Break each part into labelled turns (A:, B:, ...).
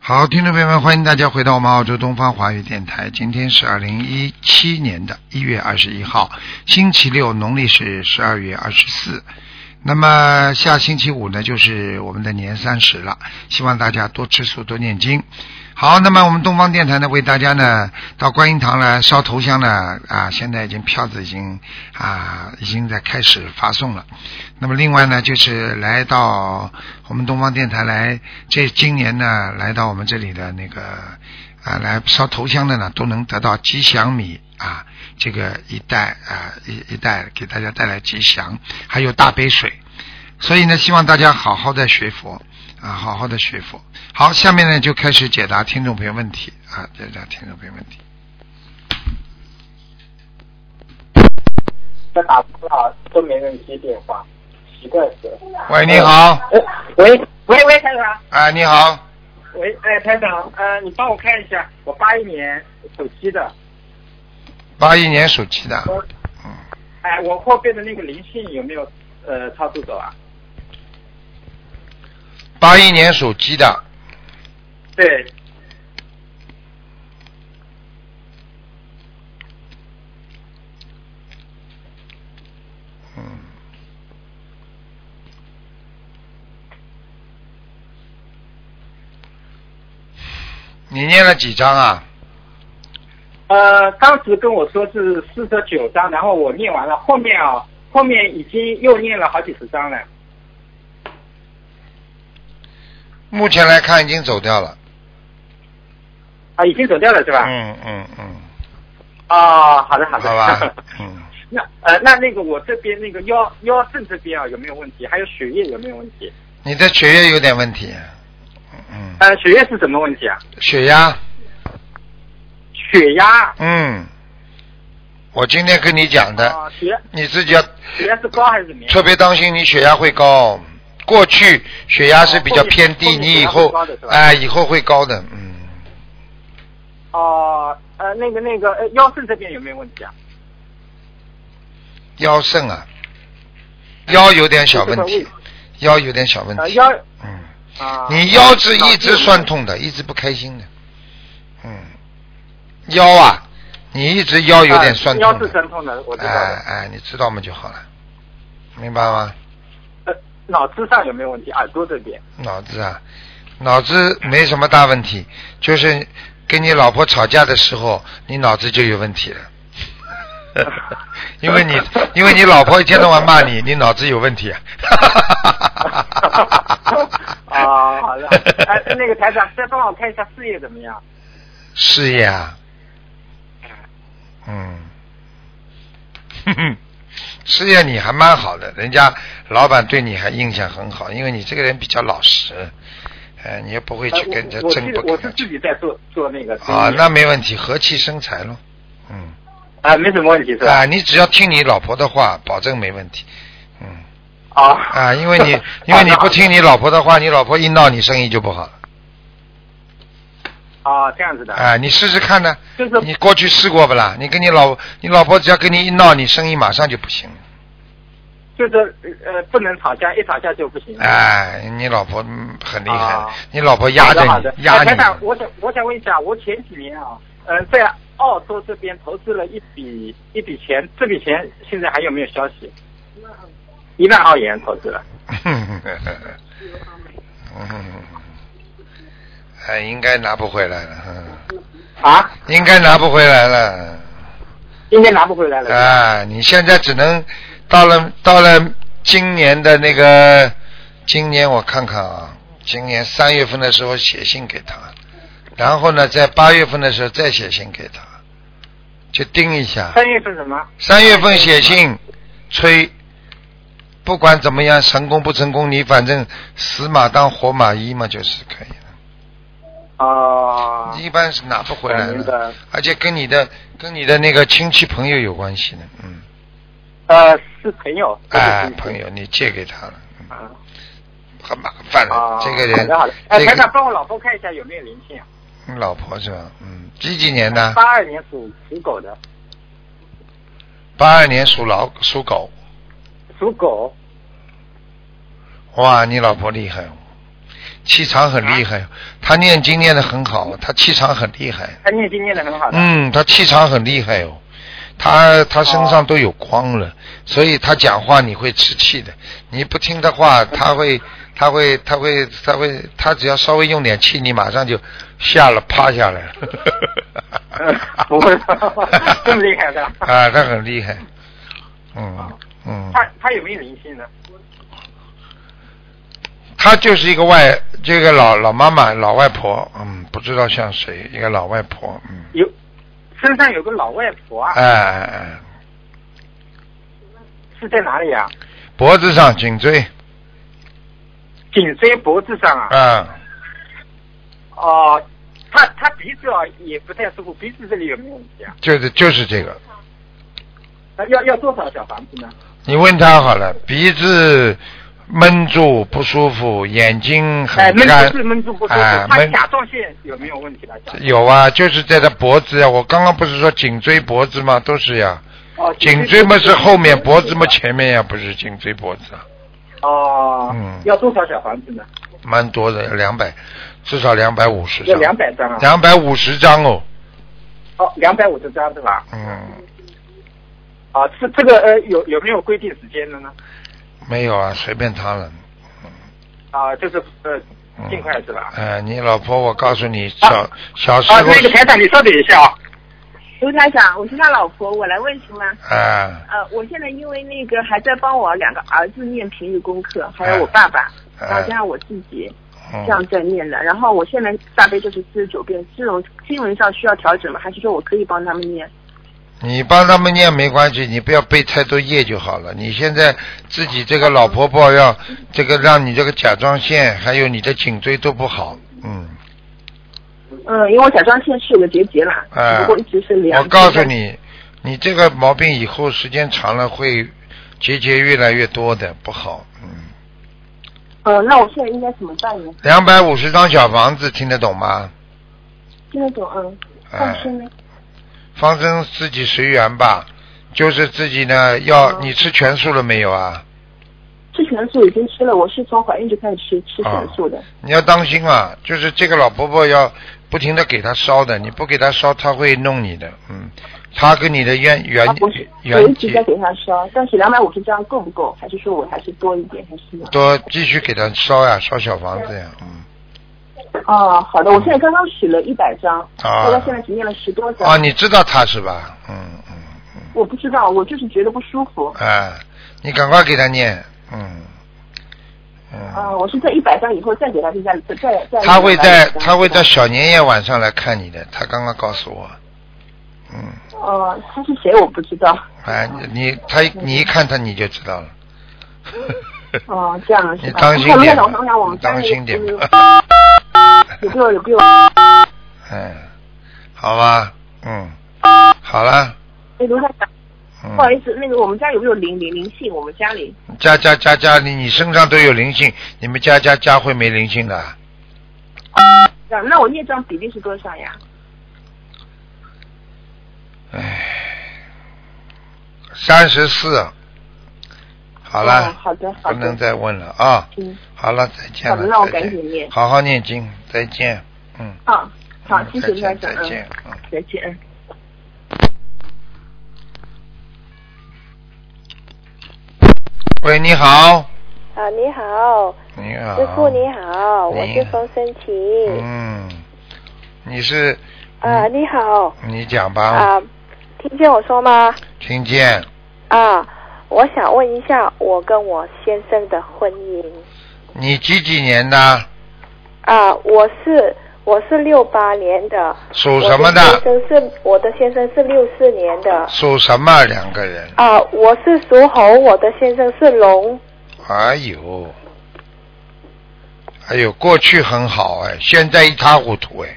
A: 好，听众朋友们，欢迎大家回到我们澳洲东方华语电台。今天是二零一七年的一月二十一号，星期六，农历是十二月二十四。那么下星期五呢，就是我们的年三十了，希望大家多吃素，多念经。好，那么我们东方电台呢，为大家呢到观音堂呢烧头香呢啊，现在已经票子已经啊已经在开始发送了。那么另外呢，就是来到我们东方电台来，这今年呢来到我们这里的那个啊来烧头香的呢，都能得到吉祥米啊这个一袋啊一一袋给大家带来吉祥，还有大杯水。所以呢，希望大家好好的学佛啊，好好的学佛。好，下面呢就开始解答听众朋友问题啊，解答听众朋友问题。
B: 这打不好都没人接电话，奇怪死了。
A: 喂，你好，
B: 哎喂喂喂，台长，
A: 啊，你好，
B: 喂哎，台长，呃，你帮我看一下，我八一年手机的，
A: 八一年属鸡的，
B: 我
A: 嗯，
B: 哎，我后背的那个灵性有没有呃超度走啊？
A: 八一年属鸡的，
B: 对，
A: 嗯，你念了几张啊？
B: 呃，当时跟我说是四十九章，然后我念完了，后面啊，后面已经又念了好几十章了。
A: 目前来看已经走掉了，
B: 啊，已经走掉了是吧？
A: 嗯嗯嗯，
B: 啊，好的好
A: 好
B: 的。
A: 吧，嗯，
B: 那呃，那那个我这边那个腰腰肾这边啊有没有问题？还有血液有没有问题？
A: 你的血液有点问题，嗯，
B: 呃，血液是什么问题啊？
A: 血压，
B: 血压。
A: 嗯，我今天跟你讲的，
B: 啊，血
A: 你自己要
B: 血压是高还是怎么
A: 哎
B: 样？
A: 特别当心，你血压会高。过去血压是比较偏
B: 后
A: 低，
B: 面
A: 你以
B: 后
A: 后
B: 面血压会高的是吧
A: 哎、以后会高的，嗯，
B: 哦、呃，那个那个呃腰肾这边有没有问题啊？
A: 腰肾啊，腰有点小问
B: 就是
A: 题
B: 这个，
A: 腰有点小问
B: 呃
A: 题，
B: 腰
A: 嗯，
B: 啊，
A: 你腰是一直酸痛的，一直不开心的，嗯，腰啊，你一直腰有点酸
B: 呃腰
A: 痛
B: 是
A: 的，
B: 酸痛的，我知道的。
A: 哎哎，你知道吗就好了，明白吗？
B: 呃，脑子上有没有问题？耳朵这 边
A: 脑子啊，脑子没什么大问题，就是跟你老婆吵架的时候，你脑子就有问题了。 因为你，因为你老婆一天到晚骂你，你脑子有问题啊。
B: 啊，好的。哎、那个台长，再帮我看一下事业怎么样？
A: 事业啊，嗯，哼哼，嗯 事业你还蛮好的，人家老板对你还印象很好，因为你这个人比较老实，呃，你又不会
B: 呃
A: 去跟人家
B: 我我
A: 争
B: 是
A: 不
B: 我
A: 跟
B: 是
A: 人家
B: 自己在做做那个生意
A: 啊，那没问题，和气生财咯。嗯，
B: 啊、没什么问题是吧？
A: 啊，你只要听你老婆的话，保证没问题。嗯，
B: 啊
A: 啊，因为你 因为你不听你老婆的话，你老婆一闹，你生意就不好了。
B: 啊，这样子的，
A: 啊，你试试看呢。
B: 就是
A: 你过去试过不啦？你跟你老你老婆只要跟你一闹，你生意马上就不行了。
B: 就是呃不能吵架，一吵架就不行了。
A: 哎，你老婆嗯很厉害
B: 啊，
A: 你老婆压着
B: 好的好的
A: 你，压
B: 哎台长，
A: 你。
B: 我想我想问一下，我前几年啊，呃，在澳洲这边投资了一笔一笔钱，这笔钱现在还有没有消息？一万澳元投资了，
A: 嗯，哎，应该拿不回来了，嗯，
B: 啊，
A: 应该拿不回来了。
B: 应该拿不回来了。
A: 啊，你现在只能到了到了今年的那个，今年我看看啊，今年三月份的时候写信给他，然后呢，在八月份的时候再写信给他，就盯一下。
B: 三月份什么？
A: 三月份写信催，不管怎么样，成功不成功，你反正死马当活马医嘛，就是可以了。
B: 啊、
A: 一般是拿不回来
B: 明
A: 的
B: 白，
A: 而且跟你的跟你的那个亲戚朋友有关系的，嗯，
B: 呃，是朋友。
A: 哎
B: 不，是亲戚
A: 朋。友，你借给他了。嗯
B: 啊
A: 很麻烦的、
B: 啊，
A: 哎这个人。
B: 好的好的，哎，
A: 这
B: 台长
A: 个
B: 帮我老婆看一下有没有灵性啊？
A: 你老婆是吧？嗯，几几年的？
B: 八二年属属狗的，
A: 八二年属老属狗。
B: 属狗
A: 哇，你老婆厉害哦！气场很厉
B: 啊
A: 害。哦他念经念的很好，他气场很厉害。
B: 他念经念的很好的。
A: 嗯，他气场很厉害哦，他他身上都有光了，所以他讲话你会吃气的。你不听的话，他 会他会他会他会他只要稍微用点气，你马上就下了趴下来
B: 嗯
A: 了。
B: 不会这么厉害的
A: 啊，他很厉害。嗯嗯。
B: 啊他他有没有灵性呢？
A: 她就是一个外，这个老老妈妈、老外婆，嗯，不知道像谁，一个老外婆，嗯，
B: 有，身上有个老外婆啊，
A: 哎哎哎，
B: 是在哪里啊？
A: 脖子上、颈椎，
B: 颈椎脖子上啊。
A: 啊，
B: 哦，他他鼻子啊也不太舒服，鼻子这里有没有问题啊？
A: 就是就是这个，
B: 那要要多少小房子呢？
A: 你问她好了，鼻子闷住不舒服，眼睛
B: 哎，
A: 很
B: 闷
A: 干，
B: 住是闷住不舒服，
A: 哎
B: 他
A: 闷
B: 甲状腺有没有问题了？甲
A: 有啊，就是在她脖子呀，我刚刚不是说颈椎、脖子吗？都是呀，
B: 哦，
A: 颈椎嘛是后面，脖子嘛
B: 前。
A: 前面呀，不是颈椎脖子啊，
B: 哦，
A: 嗯
B: 要多少小房子呢？
A: 蛮多的，两百，至少两百五十
B: 要两
A: 张，
B: 百张啊。
A: 两百五十张哦，
B: 哦，两百五十张对吧？
A: 嗯。
B: 啊，这这个呃有有没有规定时间的呢？
A: 没有啊，随便他了。
B: 啊，就是呃
A: 嗯
B: 尽快是吧？
A: 哎，你老婆，我告诉你，小小时
B: 啊，
A: 候
B: 那个台长，你稍等一下啊。
C: 卢台长，我是他老婆，我来问行吗？
A: 啊
C: 呃，我现在因为那个还在帮我两个儿子念平日功课，还有我爸爸，
A: 哎
C: 然后加上我自己这样
A: 嗯，
C: 在念的。然后我现在大悲咒是四十九遍，这种经文上需要调整吗？还是说我可以帮他们念？
A: 你帮他们念没关系，你不要背太多业就好了。你现在自己这个老婆婆要这个让你这个甲状腺还有你的颈椎都不好，嗯。
C: 嗯，因为我甲状腺是有个结节啦，
A: 哎
C: 只不过一直是良。
A: 我告诉，你，你这个毛病以后时间长了会结节越来越多的，不好。嗯，
C: 呃，那我现在应该怎么办呢？
A: 两百五十张小房子听得懂吗？
C: 听得懂嗯，
A: 哎
C: 放生呢？
A: 方生自己随缘吧，就是自己呢
C: 哦
A: 要你吃全素了没有啊？
C: 吃全素已经吃了，我是从怀孕就开始吃吃
A: 啊
C: 全素的。
A: 你要当心啊，就是这个老婆婆要不停的给她烧的，你不给她烧，她会弄你的，嗯，她跟你的冤缘
C: 啊，不是，我
A: 缘
C: 一直在
A: 结
C: 给他烧，但是两百五十张够不够？还是说我还是多一点？还是
A: 多继续给她烧呀，烧小房子呀，嗯，
C: 哦，好的，我现在刚刚许了一百张，
A: 啊
C: 后来现在只念了十多张。
A: 啊，你知道她是吧？嗯嗯
C: 我不知道，我就是觉得不舒服。
A: 啊，你赶快给她念，嗯嗯，
C: 啊，我是在一百张以后再给他再再再再。
A: 她会在
C: 再给
A: 她会在
C: 是吧
A: 小年夜晚上来看你的，她刚刚告诉我，嗯。
C: 哦，他是谁我不知道。
A: 哎，你你他你一看他你就知道了。
C: 哦，这样
A: 你
C: 是吧？
A: 当心点
C: 那我想想，我
A: 吧，
C: 们
A: 你当心点吧。
C: 有没有有没有？
A: 嗯，好吧，嗯，好了，
C: 哎，卢太长，
A: 嗯
C: 不，好意思，那个我们家有没有灵灵灵性？我们家里
A: 加加加加，你你身上都有灵性，你们加加加会没灵性的啊。
C: 那那我业障比例是多少呀？
A: 哎三十四，好了
C: 哦，好的好
A: 不
C: 的
A: 能再问了啊。
C: 嗯，
A: 好了，再见
C: 好
A: 了
C: 的，那我
A: 再
C: 赶
A: 见
C: 紧念
A: 好好念经，再见，嗯，
C: 啊，好，
A: 嗯
C: 谢谢
A: 再
C: 卢
A: 见
C: 太长，
A: 再
C: 嗯，
A: 见，嗯。
C: 再见。嗯
A: 喂，你好，
D: 啊，你好，
A: 你好，
D: 师傅你好，我
A: 啊你
D: 是冯生奇。
A: 嗯，你是
D: 啊，你好，
A: 你讲吧，
D: 啊，听见我说吗？
A: 听见
D: 啊，我想问一下，我跟我先生的婚姻
A: 你几几年的，
D: 啊，我是我是六八年的，
A: 属什么
D: 我的
A: 的，
D: 先生是我的先生是六四年的。
A: 属什么两个人？
D: 啊，我是属猴，我的先生是龙。
A: 哎呦，哎呦，过去很好哎，现在一塌糊涂哎。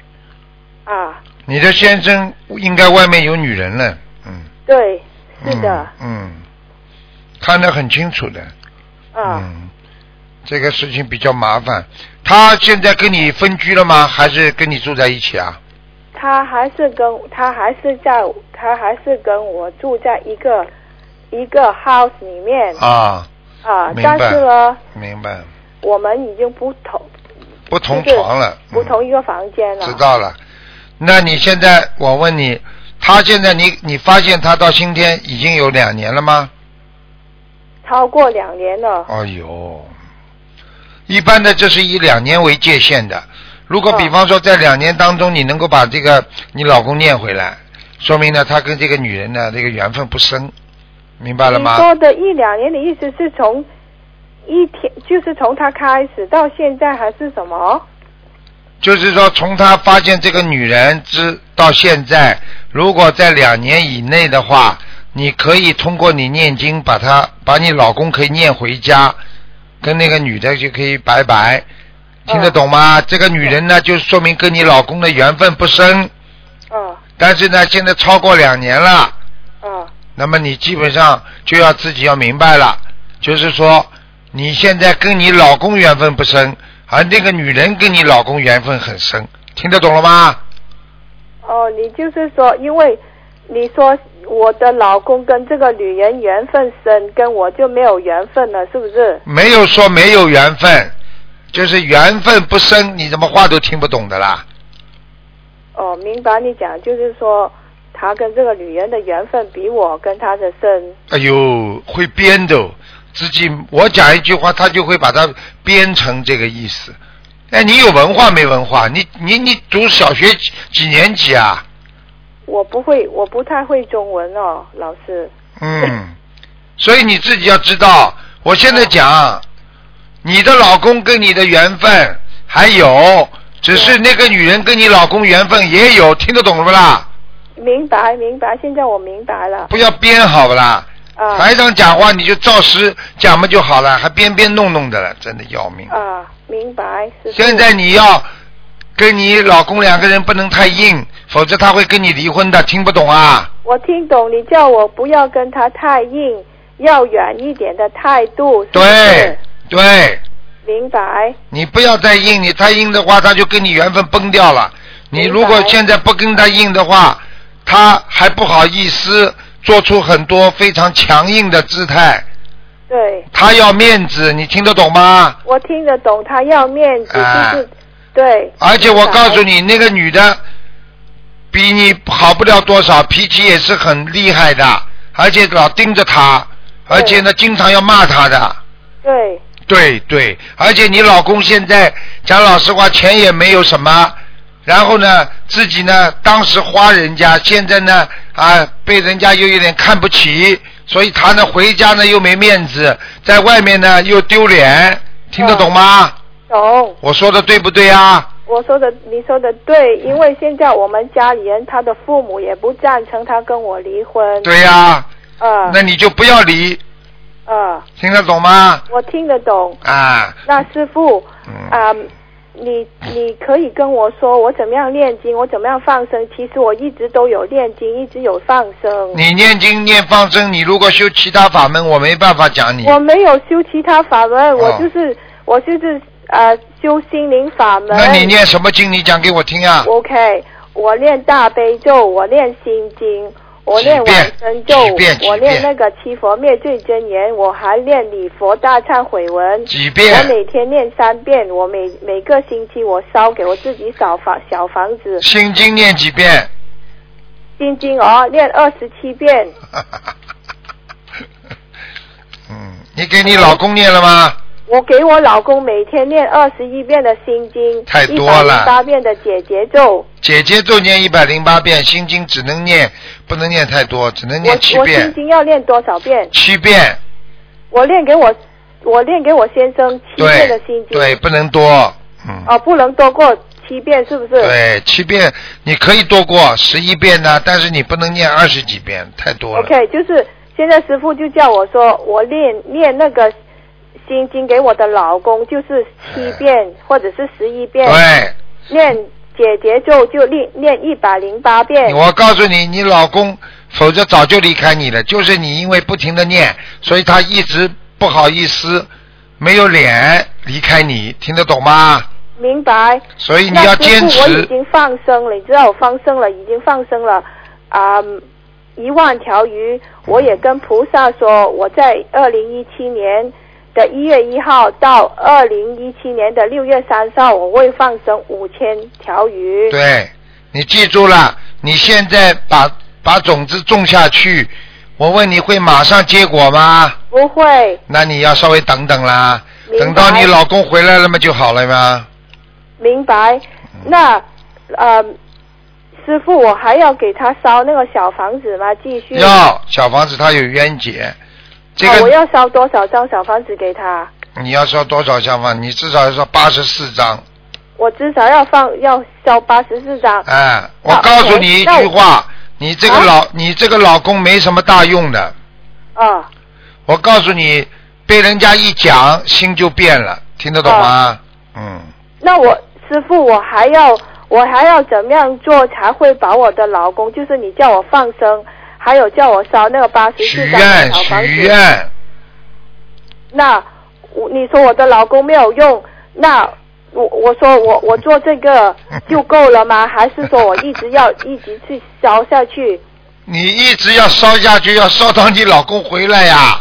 D: 啊，
A: 你的先生应该外面有女人了，嗯，
D: 对，是的，
A: 嗯，嗯，看得很清楚的，
D: 啊，
A: 嗯，这个事情比较麻烦。他现在跟你分居了吗？还是跟你住在一起啊？
D: 他还是跟他还是在他还是跟我住在一个一个 house 里面。
A: 啊，
D: 啊，
A: 明白
D: 但是呢，
A: 明白。
D: 我们已经不同，
A: 不同
D: 就是
A: 床了，
D: 不
A: 嗯
D: 同一个房间了。
A: 知道了。那你现在，我问你，他现在你你发现他到今天已经有两年了吗？
D: 超过两年了。
A: 哎呦，一般的这是以两年为界限的。如果
D: 嗯
A: 比方说在两年当中，你能够把这个你老公念回来，说明呢他跟这个女人呢这个缘分不深，明白了
D: 你
A: 吗？
D: 说的一两年的意思是从一天，就是从他开始到现在还是什么？
A: 就是说从他发现这个女人之到现在，如果在两年以内的话，你可以通过你念经把他把你老公可以念回家，跟那个女的就可以拜拜，听得懂吗？这个女人呢，就说明跟你老公的缘分不深。
D: 嗯
A: 但是呢，现在超过两年了，
D: 嗯
A: 那么你基本上就要自己要明白了，就是说你现在跟你老公缘分不深，而那个女人跟你老公缘分很深，听得懂了吗？
D: 哦，你就是说，因为你说我的老公跟这个女人缘分深，跟我就没有缘分了，是不是？
A: 没有说没有缘分，就是缘分不深，你怎么话都听不懂的啦？
D: 哦，明白你讲，就是说他跟这个女人的缘分比我跟他的深。
A: 哎呦，会编的哦，自己我讲一句话，他就会把它编成这个意思。哎，你有文化没文化？你你你读小学几几年级啊？
D: 我不会，我不太会中文哦，老师。
A: 嗯，所以你自己要知道，我现在讲，你的老公跟你的缘分还有，只是那个女人跟你老公缘分也有，听得懂了不啦？
D: 明白，明白，现在我明白了。
A: 不要编好不啦？
D: 啊
A: 台长讲话你就照实讲嘛就好了，还编编弄弄的了，真的要命。
D: 啊，明白。师父
A: 现在你要跟你老公两个人不能太硬，否则他会跟你离婚的，听不懂啊？
D: 我听懂，你叫我不要跟他太硬，要远一点的态度。是不
A: 对
D: 是，
A: 对。
D: 明白。
A: 你不要再硬，你太硬的话，他就跟你缘分崩掉了。你如果
D: 明白
A: 现在不跟他硬的话，他还不好意思做出很多非常强硬的姿态，
D: 对，
A: 他要面子，你听得懂吗？
D: 我听得懂，他要面子，
A: 啊
D: 就是对。
A: 而且我
D: 明白
A: 告诉，你，那个女的比你好不了多少，脾气也是很厉害的，而且老盯着他，
D: 对
A: 而且呢，经常要骂他的。
D: 对
A: 对对，而且你老公现在讲老实话，钱也没有什么，然后呢，自己呢，当时花人家，现在呢，啊，被人家又有点看不起，所以他呢，回家呢又没面子，在外面呢又丢脸，听得懂吗？
D: 懂。
A: 我说的对不对啊？
D: 我说的，你说的对，因为现在我们家里人，他的父母也不赞成他跟我离婚。。
A: 对呀、
D: 啊、
A: 那你就不要离，
D: 啊、
A: 听得懂吗？
D: 我听得懂。
A: 啊，
D: 那师傅
A: 嗯
D: 啊、你你可以跟我说我怎么样念经，我怎么样放生。其实我一直都有念经，一直有放生。
A: 你念经念放生，你如果修其他法门，我没办法讲你。
D: 我没有修其他法门，我
A: 哦
D: 就是我就是呃修心灵法门。
A: 那你念什么经？你讲给我听啊。
D: OK，我念大悲咒，我念心经，我念往生咒
A: 几遍几遍，
D: 我念那个七佛灭罪真言，我还念礼佛大忏悔文。
A: 几
D: 我
A: 遍？
D: 每天念三遍，我每每个星期我烧给我自己小房小房子
A: 心经念几遍？
D: 心经哦，念二十七遍，
A: 嗯，你给你老公念了吗？
D: 我给我老公每天念二十一遍的心经，
A: 太多了
D: 八遍的解结咒，
A: 姐姐咒念一百零八遍，心经只能念，不能念太多，只能
D: 我
A: 念七
D: 我心
A: 遍。
D: 经要念多少遍？
A: 七遍，
D: 我念给我我念给我先生七遍的
A: 对
D: 心经，
A: 对，不能多。嗯，
D: 哦，不能多过七遍，是不是？
A: 对，七遍你可以多过十一遍呢，但是你不能念二十几遍，太多了。
D: OK，就是现在师傅就叫我说，我念念那个心经给我的老公，就是七遍或者是十一遍，
A: 对，
D: 念解结咒就念念一百零八遍。
A: 我告诉你，你老公否则早就离开你了，就是你因为不停的念，所以他一直不好意思，没有脸离开你，听得懂吗？
D: 明白。
A: 所以你
D: 那
A: 要
D: 师
A: 坚
D: 傅我已
A: 持，
D: 经放生了，你知道我放生了，已经放生了啊、一万条鱼。我也跟菩萨说，我在二零一七年的一月一号到二零一七年的六月三号，我会放生五千条鱼。
A: 对，你记住了，你现在把把种子种下去，我问你会马上结果吗？
D: 不会，
A: 那你要稍微等等啦，
D: 明白
A: 等到你老公回来了嘛就好了嘛。
D: 明白。
A: 嗯
D: 那呃，师傅，我还要给他烧那个小房子吗？继续。
A: 要小房子它有冤结，这
D: 啊我
A: 个
D: 要烧多少张小房子给他？
A: 你要说多少小房？你至少要说八十四张。
D: 我至少要放要烧八十四张。
A: 哎，我
D: 啊
A: 告诉
D: OK，
A: 你一
D: 那
A: 句
D: 我
A: 话，你这个
D: 啊
A: 老你这个老公没什么大用的。
D: 啊，
A: 我告诉你，被人家一讲，心就变了，听得懂吗？
D: 啊
A: 嗯，
D: 那我师傅，我还要我还要怎么样做才会把我的老公，就是你叫我放生，还有叫我烧那个八十
A: 许
D: 四张的
A: 愿
D: 小房
A: 许
D: 子？
A: 愿，
D: 那我你说我的老公没有用，那我我说我我做这个就够了吗？还是说我一直要 一直去烧下去？
A: 你一直要烧下去，要烧到你老公回来呀、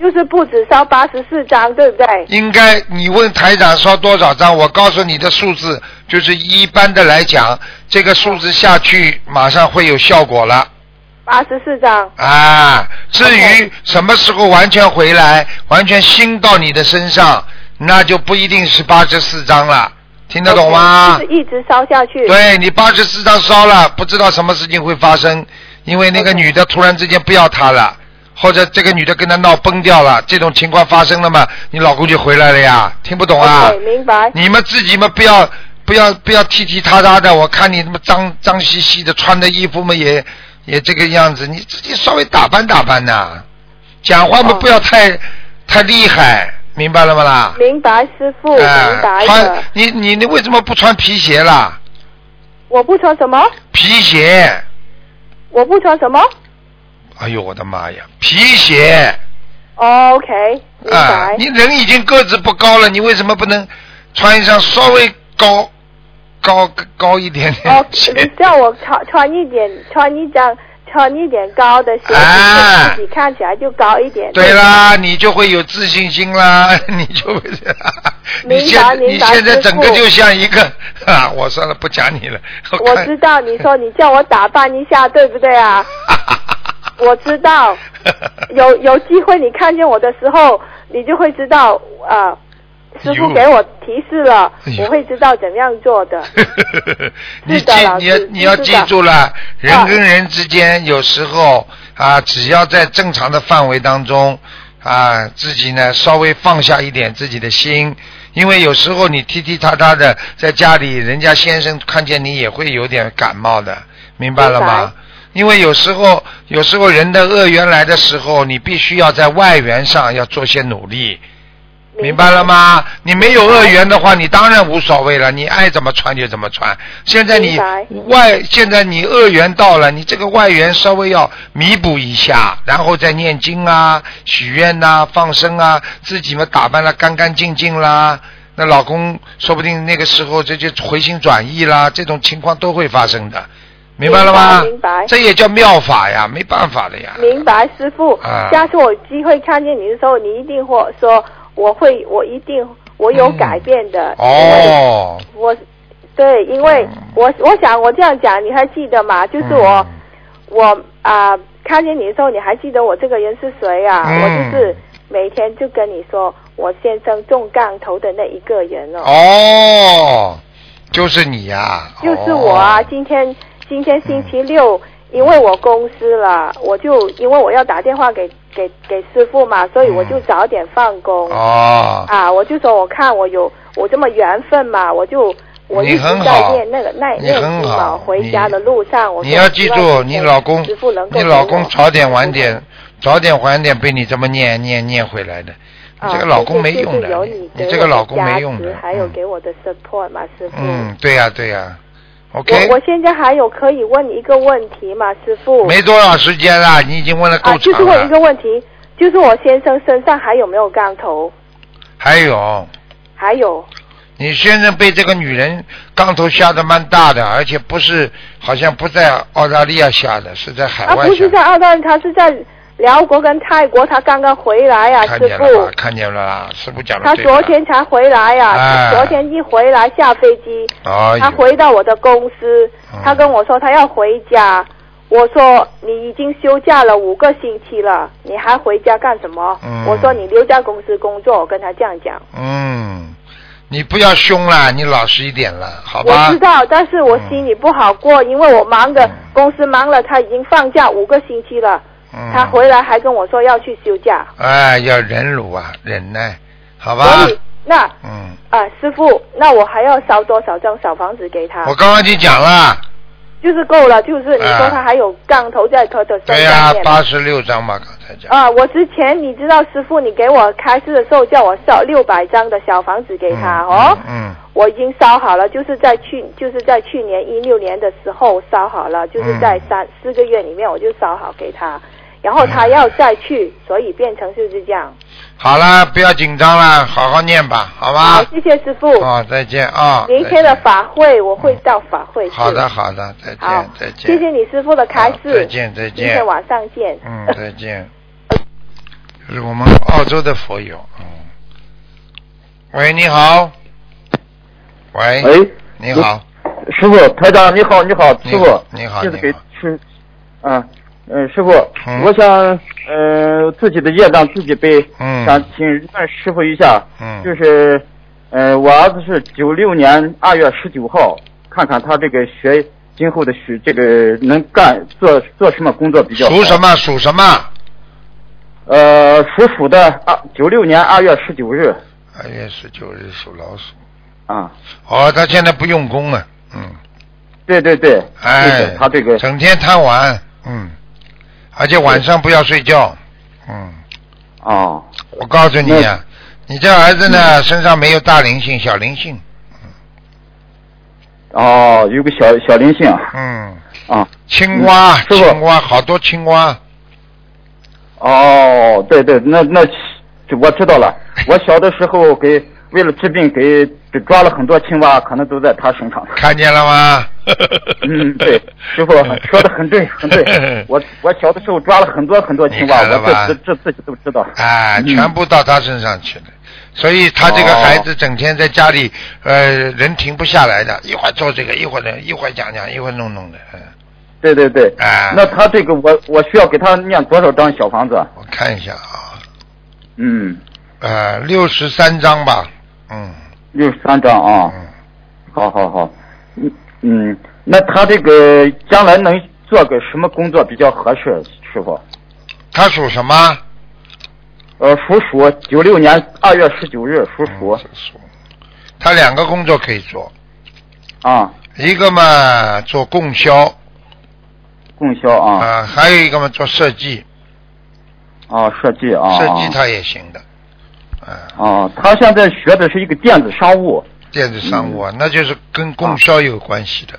D: 就是不止烧八十四张，对不对？
A: 应该你问台长烧多少张，我告诉你的数字，就是一般的来讲，这个数字下去马上会有效果了
D: 八十四张，
A: 啊。至于什么时候完全回来，完全新到你的身上，那就不一定是八十四张了，听得懂吗？
D: 就是一直烧下去。
A: 对你八十四张烧了，不知道什么事情会发生，因为那个
D: OK
A: 女的突然之间不要他了，或者这个女的跟他闹崩掉了，这种情况发生了嘛，你老公就回来了呀，听不懂啊
D: OK，明白。
A: 你们自己嘛不要不要不要踢踢踏踏的，我看你他妈脏脏兮兮的，穿的衣服嘛也也这个样子，你自己稍微打扮打扮呐、讲话嘛
D: 哦
A: 不要太、太厉害，明白了吗啦？
D: 明白，师傅，
A: 哎
D: 明白
A: 穿
D: 的。
A: 你你你为什么不穿皮鞋啦？
D: 我不穿什么？
A: 皮鞋，
D: 我不穿什么
A: 哎呦我的妈呀，皮鞋
D: 哦？OK，明
A: 啊
D: 白！。
A: 你人已经个子不高了，你为什么不能穿一双稍微高高高一点点
D: 哦
A: 的，鞋？
D: 你叫我穿穿一点，穿一张，穿一点高的鞋子，
A: 哎
D: 自己看起来就高一点。
A: 对啦，你就会有自信心啦， 你就会。
D: 明 白
A: 你现
D: 明白
A: 你现在整个
D: 师傅
A: 就像一个 啊！我算了，不讲你了。
D: 我
A: 看
D: 知道，你说你叫我打扮一下，对不对啊？我知 道，有有机会你看见我的时候，你就会知道啊、师
A: 哟
D: 傅给我提示了
A: 哎，呦
D: 我会知道怎么样做的。
A: 你
D: 是的
A: 记
D: 老
A: 你要
D: 师
A: 你要
D: 是的啊
A: 记住了，人跟人之间有时候啊，只要在正常的范围当中啊，自己呢稍微放下一点自己的心，因为有时候你踢踢踏踏的在家里，人家先生看见你也会有点感冒的，明白了
D: 明
A: 吗
D: 白？
A: 因为有时候，有时候人的恶缘来的时候，你必须要在外缘上要做些努力， 明白了？吗？你没有恶缘的话，你当然无所谓了，你爱怎么穿就怎么穿。现在你
D: 明白
A: 外，现在你恶缘到了，你这个外缘稍微要弥补一下，然后再念经啊、许愿呐、放生啊，自己嘛打扮的干干净净啦。那老公说不定那个时候这就回心转意啦，这种情况都会发生的，明白了吗？
D: 明白明白
A: 这也叫妙法呀，没办法的呀。
D: 明白，师傅
A: 啊。
D: 下次我有机会看见你的时候，你一定会说我会，我一定我有改变的。
A: 嗯哦，
D: 因为我对，因为
A: 嗯
D: 我我想我这样讲，你还记得吗？就是我、
A: 嗯
D: 我啊、看见你的时候，你还记得我这个人是谁啊？
A: 嗯
D: 我就是每天就跟你说我先生中杠头的那一个人哦，
A: 哦，就是你呀、
D: 就是我啊。
A: 哦嗯
D: 今天今天星期六。因为我公司了，我就因为我要打电话给给给师傅嘛，所以我就
A: 嗯
D: 早点放工。
A: 哦，
D: 啊，我就说我看我有我这么缘分嘛，我就我
A: 你
D: 一直
A: 很
D: 在
A: 好
D: 练那个耐
A: 你
D: 练
A: 很
D: 习
A: 好
D: 嘛，回
A: 你
D: 家的路上我
A: 你
D: 说
A: 要
D: 我
A: 记
D: 希望
A: 住，
D: 师
A: 你
D: 父
A: 老公
D: 师傅能，够
A: 你
D: 给
A: 老
D: 我嗯
A: 公早点晚点，早点晚点被你这么念念念回来的，你
D: 啊
A: 这个
D: 谢
A: 老
D: 谢
A: 公没
D: 就是
A: 用的
D: 有，
A: 你
D: 给
A: 这个
D: 我的
A: 老公
D: 加
A: 没用
D: 持
A: 的，
D: 还有
A: 嗯
D: 给我的 support 嘛，师傅。
A: 嗯，对呀对呀，OK，
D: 我我现在还有可以问一个问题嘛，师傅？
A: 没多少时间了，你已经问了 够
D: 啊，就是
A: 长
D: 问一
A: 了，
D: 个问题，就是我先生身上还有没有杠头？
A: 还有。
D: 还有
A: 你先生被这个女人杠头下的蛮大的，而且不是好像不在澳大利亚下的，是在海
D: 啊，
A: 外
D: 不
A: 下
D: 是
A: 的。
D: 在澳大利亚，他是在辽国跟泰国，他刚刚回来呀、
A: 看
D: 师
A: 见了吧
D: 傅？，
A: 看见了啦，师傅讲的
D: 他
A: 对的
D: 昨天才回来呀、
A: 哎
D: 昨天一回来下飞机，
A: 哎呦
D: 他回到我的公司
A: 嗯，
D: 他跟我说他要回家，我说你已经休假了五个星期了，你还回家干什么？
A: 嗯
D: 我说你留在公司工作，我跟他这样讲。
A: 嗯，你不要凶了，你老实一点了，好
D: 我
A: 吧？
D: 知道，但是我心里不好过，因为我忙的
A: 嗯
D: 公司忙了，他已经放假五个星期了，
A: 嗯、
D: 他回来还跟我说要去休假，
A: 哎，要忍辱啊，忍耐，好吧
D: 所？以那啊、
A: 嗯，
D: 师傅，那我还要烧多少张小房子给他
A: 我？刚刚就讲
D: 啊
A: 了，
D: 就是够了，就是你说
A: 啊
D: 他还有杠头在他的身
A: 对哎呀、
D: 上面。
A: 八十六章嘛，刚才讲。
D: 啊，我之前你知道，师傅你给我开示的时候叫我烧六百张的小房子给他、
A: 嗯
D: 哦，
A: 嗯，
D: 我已经烧好了，就是在去就是在去年一六年的时候烧好了，就是在
A: 嗯
D: 三、四个月里面我就烧好给他，然后他
A: 嗯
D: 要再去，所以变成就是这样。
A: 嗯好了，不要紧张了，好好念吧，好吧
D: 好，？谢谢师傅。
A: 哦，再见啊！
D: 明天的
A: 再见
D: 法会我会到法会去。
A: 好的，好的，再
D: 好
A: 见，再，见。
D: 谢谢你师傅的开
A: 好
D: 示。
A: 再见，再
D: 明
A: 见。
D: 天晚上见。
A: 嗯， 再见。这是我们澳洲的佛友。嗯。喂，你好。喂。
B: 喂，
A: 你好。
B: 师傅，台长你好，你好，
A: 你
B: 师傅
A: 好，你好
B: 就是
A: 你
B: 给
A: 好
B: 师，啊，嗯，师傅
A: 嗯，
B: 我想，呃，自己的业障自己背，
A: 嗯
B: 想请问师傅一下，
A: 嗯
B: 就是，呃，我儿子是九六年二月十九号，看看他这个学今后的学这个能干做做什么工作比较好？
A: 属什？么？属什么？
B: 呃，属鼠的二九六年二月十九日，
A: 二月十九日属老鼠。
B: 啊，
A: 哦，他现在不用功啊。嗯。
B: 对对对，对
A: 哎
B: 的。他这个
A: 整天贪玩，嗯，而且晚上不要睡觉。嗯，
B: 啊，
A: 我告诉你啊，你这儿子呢，身上没有大灵性，小灵性。
B: 哦，有个小小灵性，
A: 嗯。
B: 啊。
A: 青蛙，
B: 嗯师傅
A: 青蛙，好多青蛙。
B: 哦，对对，那那我知 道了。我小的时候给为了治病给给抓了很多青蛙，可能都在他身上。
A: 看见了吗？
B: 嗯，对，师傅说的很对，很对。我我小的时候抓了很多很多青蛙，
A: 你看了吧
B: 我这这这自己都知道。
A: 啊，
B: 嗯
A: 全部到他身上去了。所以他这个
B: 哦
A: 孩子整天在家里，呃，人停不下来的，一会儿做这个，一会儿那，一会儿讲讲，一会儿弄弄的。嗯，
B: 对对对。
A: 啊
B: 那他这个我我需要给他念多少张小房子？
A: 我看一下啊，
B: 嗯，
A: 呃，六十三章吧。嗯
B: 六十三张啊。
A: 嗯，
B: 好好好。嗯嗯，那他这个将来能做个什么工作比较合适，师傅？
A: 他属什么？
B: 呃，属鼠，九六年二月十九日，属啊鼠
A: 嗯属。他两个工作可以做，
B: 啊，
A: 一个嘛做供销
B: 供销啊，
A: 啊，还有一个嘛做设计，
B: 啊，设计啊，
A: 设计他也行的。啊，
B: 啊，他现在学的是一个电子商务
A: 电子商
B: 嗯
A: 务啊，那就是跟供销有关系的。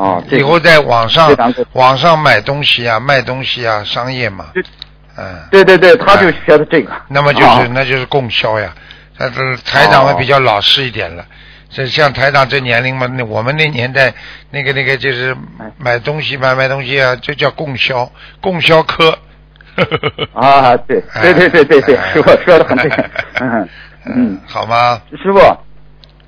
B: 啊，这
A: 嗯以
B: 个
A: 后在网上
B: 这两个
A: 网上买东西啊，卖东西啊，商业嘛
B: 对，
A: 嗯，
B: 对对对，他就学的这个，
A: 那么就是、
B: 啊
A: 那就是供销呀。那这台长会比较老实一
B: 哦
A: 点了。这像台长这年龄嘛，那我们那年代，那个那个就是
B: 哎
A: 买东西买卖东西啊，就叫供销，供销科。
B: 啊，对对对对对 对，
A: 哎
B: 师傅说的很对， 嗯嗯，
A: 好吗？
B: 师傅，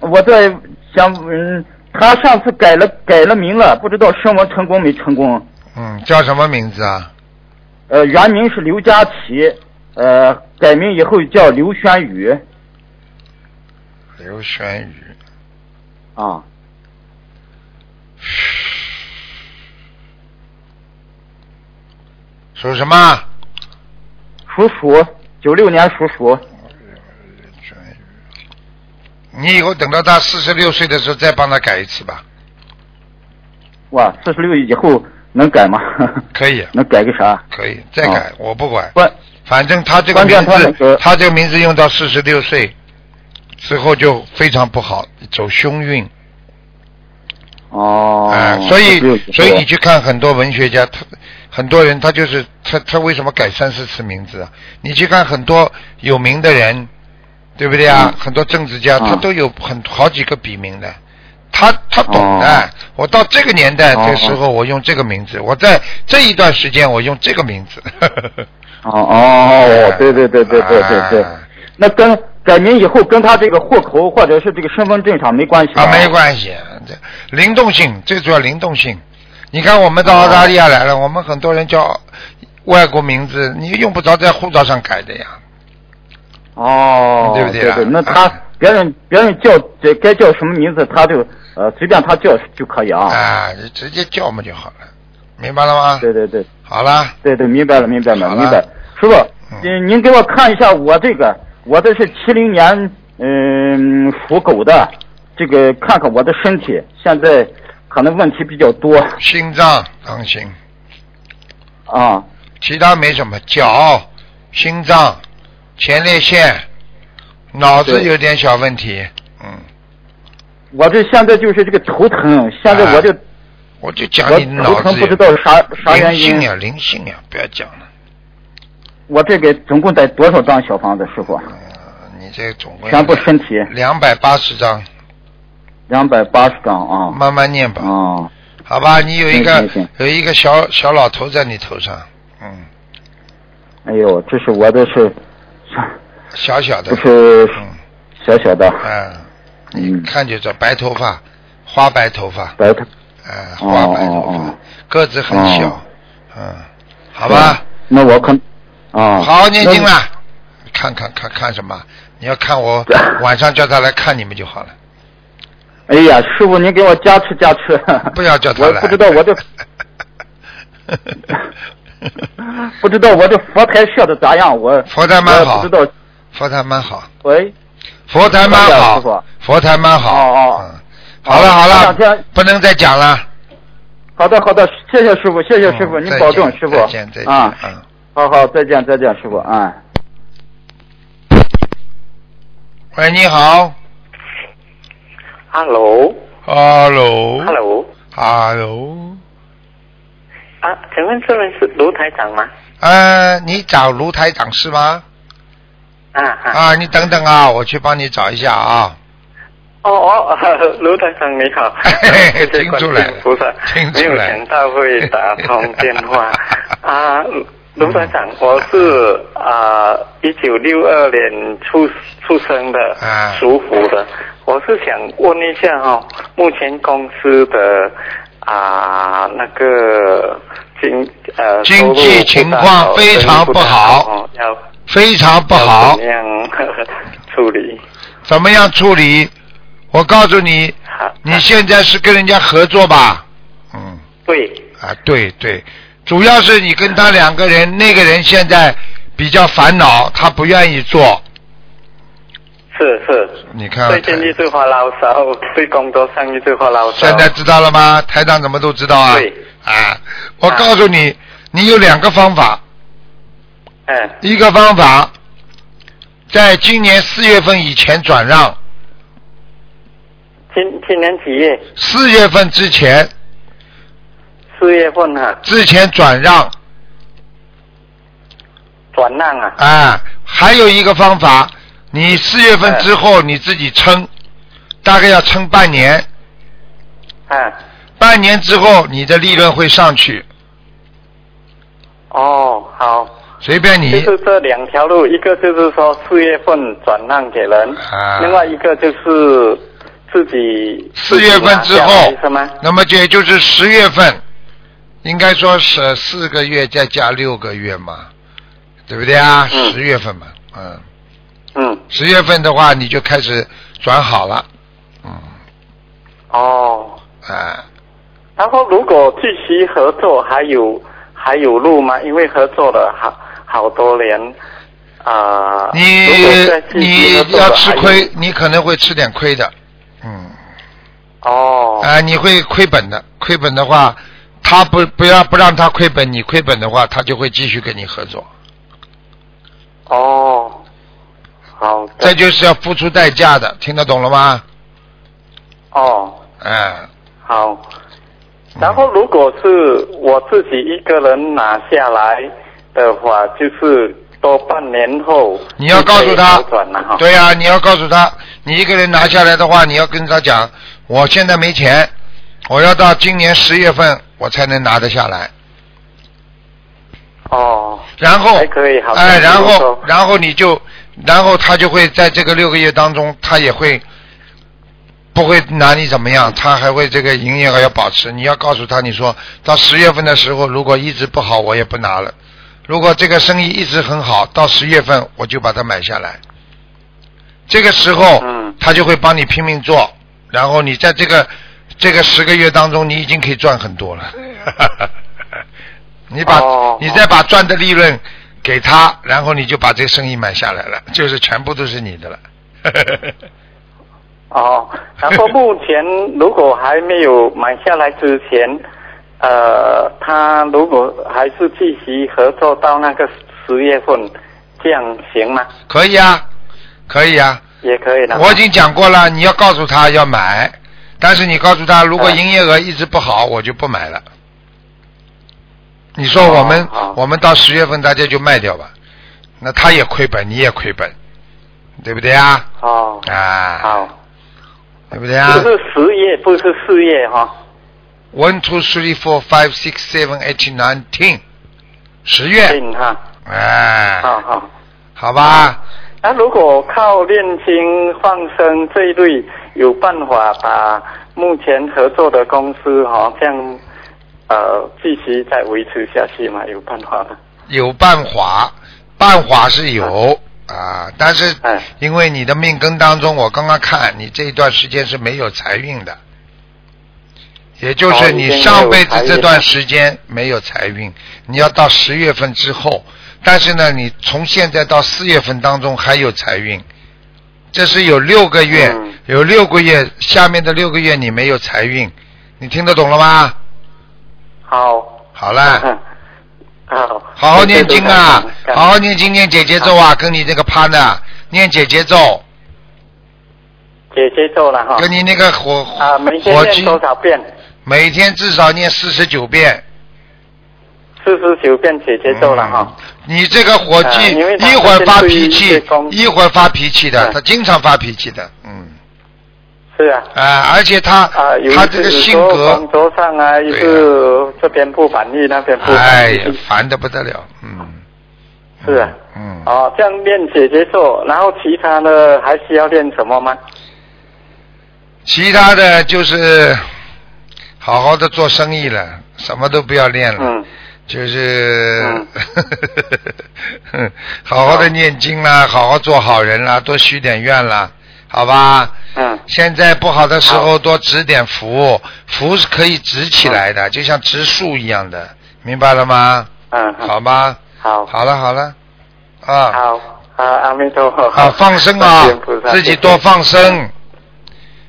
B: 我在想，嗯，他上次改了改了名了，不知道升文成功没成功？
A: 嗯，叫什么名字啊？
B: 呃，原名是刘佳琪，呃，改名以后叫刘轩宇
A: 刘玄宇。
B: 啊，
A: 属什么？
B: 属鼠，九六年属鼠。
A: 你以后等到他四十六岁的时候再帮他改一次吧，
B: 哇，四十六以后能改吗？
A: 可以
B: 能改个啥？
A: 可以再改，
B: 哦
A: 我不管，
B: 不，
A: 反正他这个
B: 关
A: 名
B: 键
A: 字，
B: 他那个
A: 这个名字用到四十六岁之后就非常不好，走凶运，
B: 哦，
A: 哎所以
B: 46
A: 所以你去看很多文学家，他很多人他就是他他为什么改三四次名字啊？你去看很多有名的人，对不对啊？
B: 嗯
A: 很多政治家、
B: 嗯
A: 他都有很好几个笔名的，他他懂的。
B: 哦
A: 我到这个年代
B: 哦
A: 这时候，我用这个名字；我在这一段时间，我用这个名字。
B: 哦哦，对对对对对对对
A: 哎啊。
B: 那跟改名以后跟他这个户口或者是这个身份证上没关系吧
A: 啊，没。关系，这灵动性最主要灵动性。你看我们到澳大利亚来了，我们很多人叫外国名字，你用不着在护照上改的呀。
B: 哦，
A: 对不对
B: 对
A: 啊
B: 那他
A: 啊
B: 别人别人叫这该叫什么名字，他就呃随便他叫就可以啊。
A: 啊，你直接叫嘛就好了，明白了吗？
B: 对对对
A: 好了，
B: 对对，明白了明白
A: 好
B: 了
A: 了
B: 明白了。师傅，
A: 嗯
B: 嗯，您给我看一下我这个，我这是七零年嗯属狗的，这个看看我的身体现在可能问题比较多
A: 心脏当心，
B: 啊。
A: 其他没什么，脚、心脏、前列腺、脑子
B: 对
A: 有点小问题，嗯，
B: 我这现在就是这个头疼，现在我就、
A: 我就讲哎你
B: 我头
A: 脑
B: 疼
A: 子
B: 不
A: 有
B: 知道啥啥原
A: 灵性
B: 因。
A: 呀，灵性呀，不要讲了。
B: 我这个总共得多少张小房子，师傅？
A: 嗯，你这总归
B: 全部身体
A: 两百八十张，
B: 两百八十张啊
A: 慢慢念吧，
B: 啊
A: 好吧？你有一个
B: 行行行
A: 有一个小小老头在你头上，嗯，
B: 哎呦，这是我的是，
A: 小小的
B: 不，是
A: 嗯，
B: 小小的，
A: 啊，
B: 嗯，
A: 看就知道，白头发，花白头发，
B: 白头，
A: 啊，
B: 哦
A: 花白头
B: 哦
A: 发
B: 哦，
A: 个子很小
B: 哦，
A: 嗯，好吧，
B: 那我可啊，
A: 好好念经
B: 那
A: 啦，看看看看什么？你要看 我晚上叫他来看你们就好了，
B: 哎呀，师傅，您给我加持加持。
A: 不要叫他
B: 我
A: 来。
B: 不知道 我这 不知道我这佛台设的咋样，我
A: 佛台蛮好
B: 我不知道，
A: 佛台蛮好，
B: 喂，
A: 佛台蛮
B: 师
A: 好
B: 傅，
A: 佛台蛮好。
B: 哦哦
A: 嗯，好了好
B: 前
A: 了
B: 两天，
A: 不能再讲了。
B: 好的，好的，谢谢师傅，谢谢师傅，
A: 嗯
B: 您
A: 再
B: 保
A: 见
B: 重，师傅。
A: 再见再见。
B: 啊，
A: 嗯，
B: 好好，再见，再见，师傅啊。
A: 喂，你好
E: Hello，Hello，
A: ，hello，hello，
E: 啊，请问这位是卢台长吗？
A: 呃，你找卢台长是吗？
E: 啊啊，
A: 啊，你等等啊，我去帮你找一下啊。
E: 哦哦， 卢台长你好，谢谢
A: 听出来了
E: 不是，
A: 听
E: 没
A: 出
E: 有
A: 来了
E: 想到会打通电话 啊，卢台长，
A: 嗯
E: 我是啊，一九六二年出出生的
A: 啊，
E: 属虎的，我是想问一下哦，目前公司的啊那个经呃
A: 经
E: 收入
A: 济
E: 不
A: 情
E: 大
A: 况
E: 哦
A: 非
E: 生意
A: 常
E: 不
A: 不
E: 大
A: 好
E: 哦，要。
A: 非常不
E: 要
A: 好
E: 怎么，样处理？
A: 怎么样处理？我告诉你，
E: 好，
A: 你现在是跟人家合作吧？嗯。
E: 对，
A: 啊，对对，主要是你跟他两个人，那个人现在比较烦恼，他不愿意做。
E: 是是，
A: 你看
E: 对经济
A: 看，
E: 最发牢骚，对工作上一最发牢骚。
A: 现在知道了吗？台长怎么都知道啊
E: 对？
A: 啊，我告诉你，你有两个方法，
E: 嗯
A: 一个方法，在今年四月份以前转让，
E: 今今年几月？
A: 四月份之前
E: 四月份啊，
A: 之前转让，
E: 转让啊，
A: 啊，还有一个方法，你四月份之后你自己撑，大概要撑半年，
E: 啊，
A: 半年之后你的利润会上去，
E: 哦，好，
A: 随便
E: 就
A: 你。
E: 是这两条路，一个就是说四月份转让给人，
A: 啊
E: 另外一个就是自己
A: 四月份之
E: 自己拿下
A: 后
E: 来是吗？，
A: 那么就也就是十月份，应该说是四个月再加六个月嘛，对不对啊？
E: 嗯
A: 十月份嘛，嗯，
E: 嗯，
A: 十月份的话你就开始转好了，嗯，
E: 哦，
A: 啊，
E: 然后，如果继续合作，还有还有路吗？因为合作了好好多年啊、
A: 你
E: 如果再继续合
A: 你
E: 作了
A: 要吃亏，
E: 还
A: 你可能会吃点亏的，嗯。
E: 有哦、
A: 啊、你会亏本的。亏本的话，他不不要不让他亏本，你亏本的话，他就会继续跟你合作。
E: 哦，好的
A: 这就是要付出代价的，听得懂了吗？
E: 哦
A: 哎、
E: 好。然后，如果是我自己一个人拿下来的话，就是多半年后，
A: 你要告诉他
E: 就可以扭转了哈，，
A: 对呀、你要告诉他，你一个人拿下来的话，你要跟他讲，我现在没钱，我要到今年十月份我才能拿得下来。
E: 哦，
A: 然后
E: 还可以好像
A: 哎，然
E: 比如
A: 后
E: 说
A: 然后你就，然后他就会在这个六个月当中，他也会不会拿你怎么
E: 嗯
A: 样，他还会这个营业额要保持。你要告诉他，你说到十月份的时候，如果一直不好，我也不拿了；如果这个生意一直很好，到十月份我就把它买下来。这个时候，
E: 嗯
A: 他就会帮你拼命做，然后你在这个这个十个月当中，你已经可以赚很多了。 你把、
E: 哦
A: 你再把赚的利润给他，然后你就把这个生意买下来了，就是全部都是你的了。
E: 哦，然后目前如果还没有买下来之前，呃，他如果还是继续合作到那个十月份，这样行吗？
A: 可以啊，可以啊，
E: 也可以的。
A: 我已经讲过了，你要告诉他要买，但是你告诉他，如果
E: 嗯
A: 营业额一直不好，我就不买了。你说我们、
E: 哦好
A: 我们到十月份大家就卖掉吧，那他也亏本，你也亏本，对不对啊？
E: 哦，
A: 啊，
E: 好，
A: 对不对啊？
E: 不是十月，不是四月哈、
A: One, two, three, four, five, six, seven, eight, nine, ten。十月，
E: 定哈，
A: 哎，
E: 好哦好。
A: 好吧，
E: 那、如果靠练心放生这一类，有办法把目前合作的公司哈、这样呃继续再维持下去吗？有办法吗？
A: 有办法，办法是有啊，但是
E: 哎
A: 因为你的命根当中，我刚刚看你这一段时间是没有财运的，也就
E: 哦
A: 是
E: 已经没
A: 你
E: 有
A: 上辈子
E: 财运
A: 这段时间没有财运，你要到十月份之后，但是呢，你从现在到四月份当中还有财运，这是有六个月，
E: 嗯
A: 有六个月，下面的六个月你没有财运，你听得懂了吗？
E: 好，
A: 好
E: 哎
A: 了，
E: 嗯好，
A: 好好念经啊，
E: 感
A: 好好念经，念姐姐咒啊，跟你那个 partner 念姐姐咒，
E: 姐姐做了哈。
A: 跟你那个火
E: 啊，每天
A: 火
E: 念
A: 鸡，
E: 多少遍？
A: 每天至少念四十九遍。
E: 四十九遍姐姐做
A: 嗯
E: 了哈。
A: 你这个火
E: 啊
A: 鸡
E: 因为他
A: 一会儿发脾
E: 针对
A: 气
E: 于对方，
A: 一会儿发脾气的，
E: 嗯
A: 他经常发脾气的，嗯，
E: 是啊。
A: 啊，而且他
E: 啊，有一
A: 他这
E: 次
A: 个
E: 有
A: 性
E: 时候
A: 格
E: 工，作上啊，一是这边不满意，那边不
A: 哎
E: 满意。
A: 呀，烦的不得了，嗯，
E: 是啊。
A: 嗯，
E: 哦，这样练姐姐做，然后其他的还需要练什么吗？
A: 其他的就是好好的做生意了，什么都不要练了，
E: 嗯，
A: 就是、 好好的念经啦，嗯好好做好人啦，多许点愿啦，好吧？
E: 嗯，
A: 现在不好的时候多植点福，福是可以植起来的，就像植树一样的，明白了吗？
E: 嗯，
A: 好吧，
E: 好，
A: 好了好了，啊，
E: 好，啊，阿弥陀佛，
A: 啊放生啊
E: 观世音菩，萨
A: 自己多放生，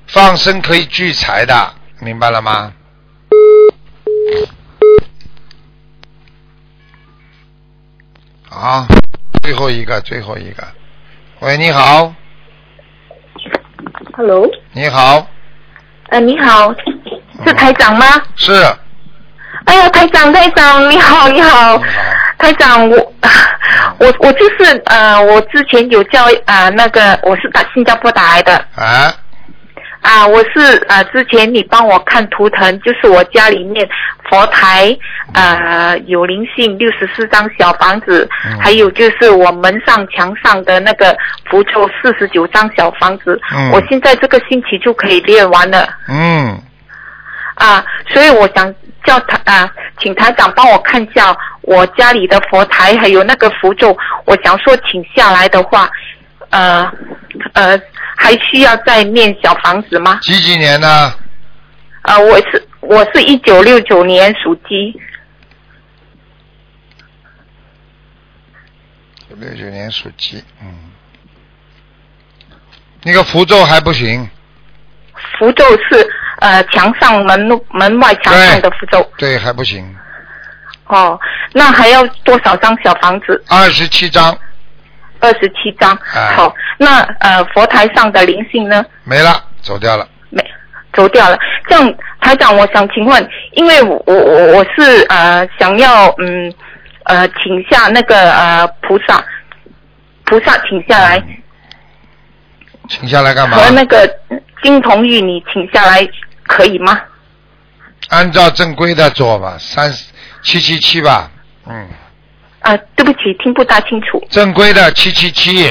A: 放生可以聚财的，明白了吗？好，最后一个，最后一个。喂，你好，
F: Hello，
A: 你好，
F: 呃，你好，是台长吗？
A: 是，
F: 哎呀，台长，台长，你好，你好
A: 你好，
F: 台长，我 我我就是呃，我之前有叫呃那个我是打新加坡打来的
A: 啊，
F: 啊、我是呃之前你帮我看图腾，就是我家里面佛台呃有灵性六十四张小房子，
A: 嗯
F: 还有就是我门上墙上的那个符咒四十九张小房子，
A: 嗯
F: 我现在这个星期就可以练完了。
A: 嗯，
F: 啊，所以我想叫他啊，请台长帮我看一下我家里的佛台还有那个符咒，我想说请下来的话，呃呃，还需要再念小房子吗？
A: 几几年呢？
F: 啊，我是我是一九六九年属鸡，
A: 六九年属鸡，嗯，那个符咒还不行，
F: 符咒是呃墙上门门外墙上的符咒
A: 对，还不行，
F: 哦，那还要多少张小房子？
A: 二十七章
F: 二十七张。
A: 啊
F: 好，那呃佛台上的灵性呢？
A: 没了，走掉了。
F: 没走掉了。这样，台长，我想请问，因为我我我我是呃想要嗯呃请下那个呃菩萨，菩萨请下来
A: 请下来干嘛？
F: 和那个金童玉女请下来，可以吗？
A: 按照正规的做吧，三七七七吧，嗯，
F: 啊，对不起，听不大清楚。
A: 正规的七七七，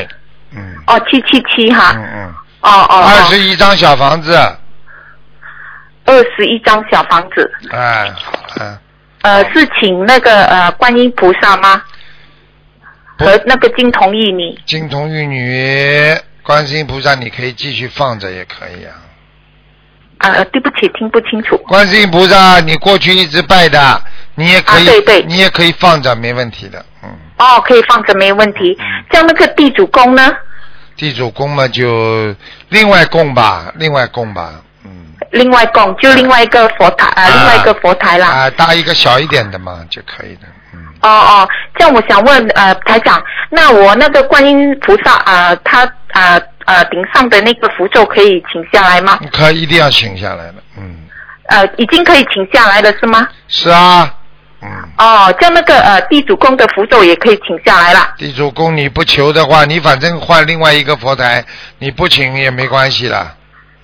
A: 嗯
F: 哦，七七七哈，
A: 嗯嗯，
F: 哦哦，
A: 二
F: 哦
A: 十一张小房子，
F: 二十一张小房子，
A: 哎，好了，
F: 呃，是请那个呃观音菩萨吗？
A: 不
F: 和那个金童玉女
A: 金童玉女、观世音菩萨，你可以继续放着也可以啊。
F: 啊、呃对不起，听不清楚。
A: 观世音菩萨，你过去一直拜的，你也可以，
F: 啊对对
A: 你也可以放着，没问题的。嗯，
F: 哦，可以放着没问题。像那个地主公呢，
A: 地主供嘛就另外供吧，另外供吧。嗯，
F: 另外供就另外一个佛台啊、呃另外一个佛台啦。
A: 啊，搭一个小一点的嘛就可以的。嗯，
F: 哦哦，这样我想问呃台长，那我那个观音菩萨啊、呃，他啊呃顶上的那个符咒可以请下来吗？
A: 你可以一定要请下来的。嗯，
F: 呃，已经可以请下来了是吗？
A: 是啊。嗯，
F: 哦，这样那个呃地主公的符咒也可以请下来啦。
A: 地主供你不求的话，你反正换另外一个佛台，你不请也没关系啦。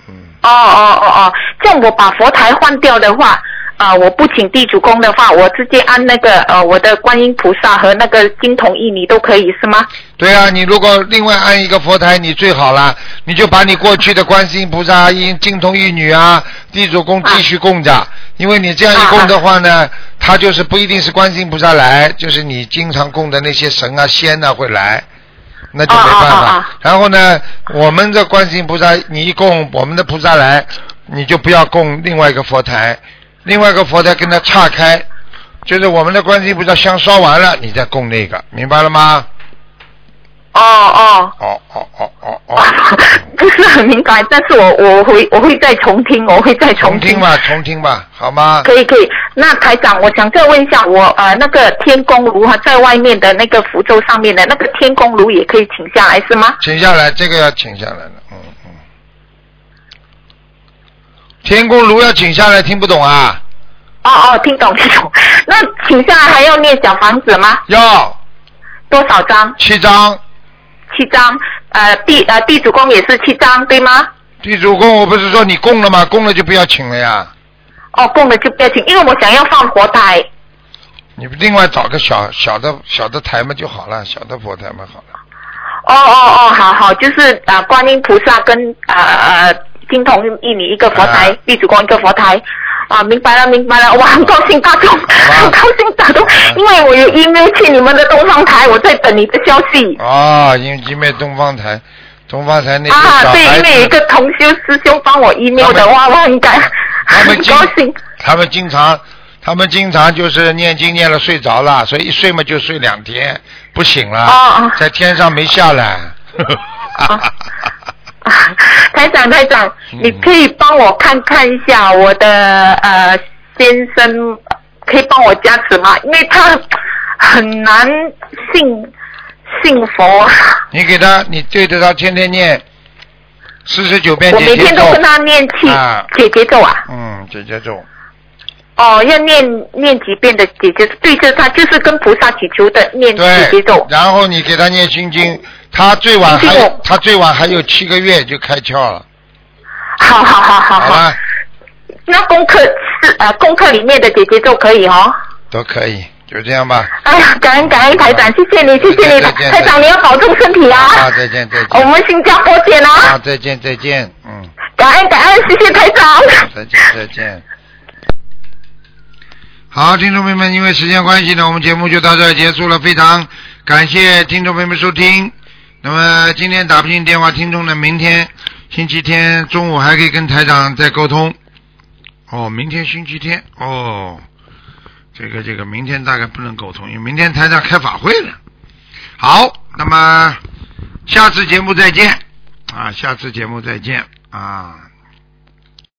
A: 嗯，
F: 哦哦哦哦，这样我把佛台换掉的话，啊、我不请地主公的话，我直接按那个呃我的观音菩萨和那个金童玉女都可以是吗？
A: 对啊，你如果另外安一个佛台，你最好啦，你就把你过去的观世音菩萨、因金童玉女啊、地主供
F: 啊
A: 继续供着，因为你这样一供的话呢，他就是不一定是观世音菩萨来，就是你经常供的那些神啊、仙啊会来。那就没办法。
F: 啊啊啊啊
A: 然后呢，我们的观世音菩萨，你一供我们的菩萨来，你就不要供另外一个佛台，另外一个佛台跟它岔开，就是我们的观世音菩萨香烧完了，你再供那个，明白了吗？
F: 哦哦。
A: 哦哦哦哦
F: 哦
A: 哦，
F: 不是很明白，但是我我会我会再重听，我会再
A: 重
F: 重
A: 听吧，重听吧，好吗？
F: 可以可以，那台长，我想再问一下，我呃那个天宫炉哈，在外面的那个福州上面的那个天宫炉也可以请下来是吗？
A: 请下来，这个要请下来了，嗯嗯。天宫炉要请下来，听不懂啊？
F: 哦哦，听懂听懂。 那请下来还要念小房子吗？
A: 要
F: 多少张？
A: 七张，
F: 七张。呃地呃地主公也是七张对吗？
A: 地主供我不是说你供了吗？供了就不要请了呀。
F: 哦，供了就不要请，因为我想要放佛台。
A: 你另外找个小小的小的台嘛就好了，小的佛台嘛好了。
F: 哦哦哦，好好，就是啊、呃观音菩萨跟啊呃金童玉女一个佛台
A: 啊，
F: 地主公一个佛台。啊，明白了，明白了，哇，很高兴打通，很高兴打通，因为我有 email 去你们的东方台，我在等你的消息。
A: 啊，因为因为东方台，东方台那个小
F: 啊，对，
A: 孩
F: 因为有一
A: 子，
F: 个同修师兄帮我 email 的，哇，我很感，
A: 他
F: 很
A: 们经
F: 高兴。
A: 他们经常他们经常就是念经念了睡着了，所以一睡嘛就睡两天，不醒了，
F: 哦哦
A: 在天上没下来。
F: 啊啊 台长，台长，
A: 嗯
F: 你可以帮我看看一下我的呃先生，可以帮我加持吗？因为他很难信信佛， 啊
A: 你给他，你对着他天天念四十九遍
F: 我每
A: 姐姐
F: 天
A: 咒
F: 都，跟他念气
A: 啊
F: 姐姐咒啊。
A: 嗯，姐姐咒，
F: 哦，要念念几遍的姐姐，对着他就是跟菩萨祈求的念姐
A: 对
F: 姐咒，。
A: 然后你给他念心经，他最晚
F: 心
A: 还
F: 经
A: 有
F: 我
A: 他最晚还有七个月就开窍了。
F: 好好好好
A: 好
F: 好
A: 吧，，
F: 那功课是呃功课里面的姐姐咒可以哦。
A: 都可以，就这样吧。
F: 哎呀，感恩感恩台长，谢谢你，谢谢你，
A: 再见
F: 台长你要保重身体啊！
A: 啊，再见再
F: 我
A: 见。
F: 们新加坡见
A: 啊，
F: 啊！
A: 再见再见，嗯，
F: 感恩感恩，谢谢台长。
A: 再见再见。好，听众朋友们，因为时间关系呢，我们节目就到这儿结束了。非常感谢听众朋友们收听。那么今天打不进电话，听众呢，明天星期天中午还可以跟台长再沟通。哦，明天星期天哦，这个这个明天大概不能沟通，因为明天台长开法会了。好，那么下次节目再见啊，下次节目再见啊。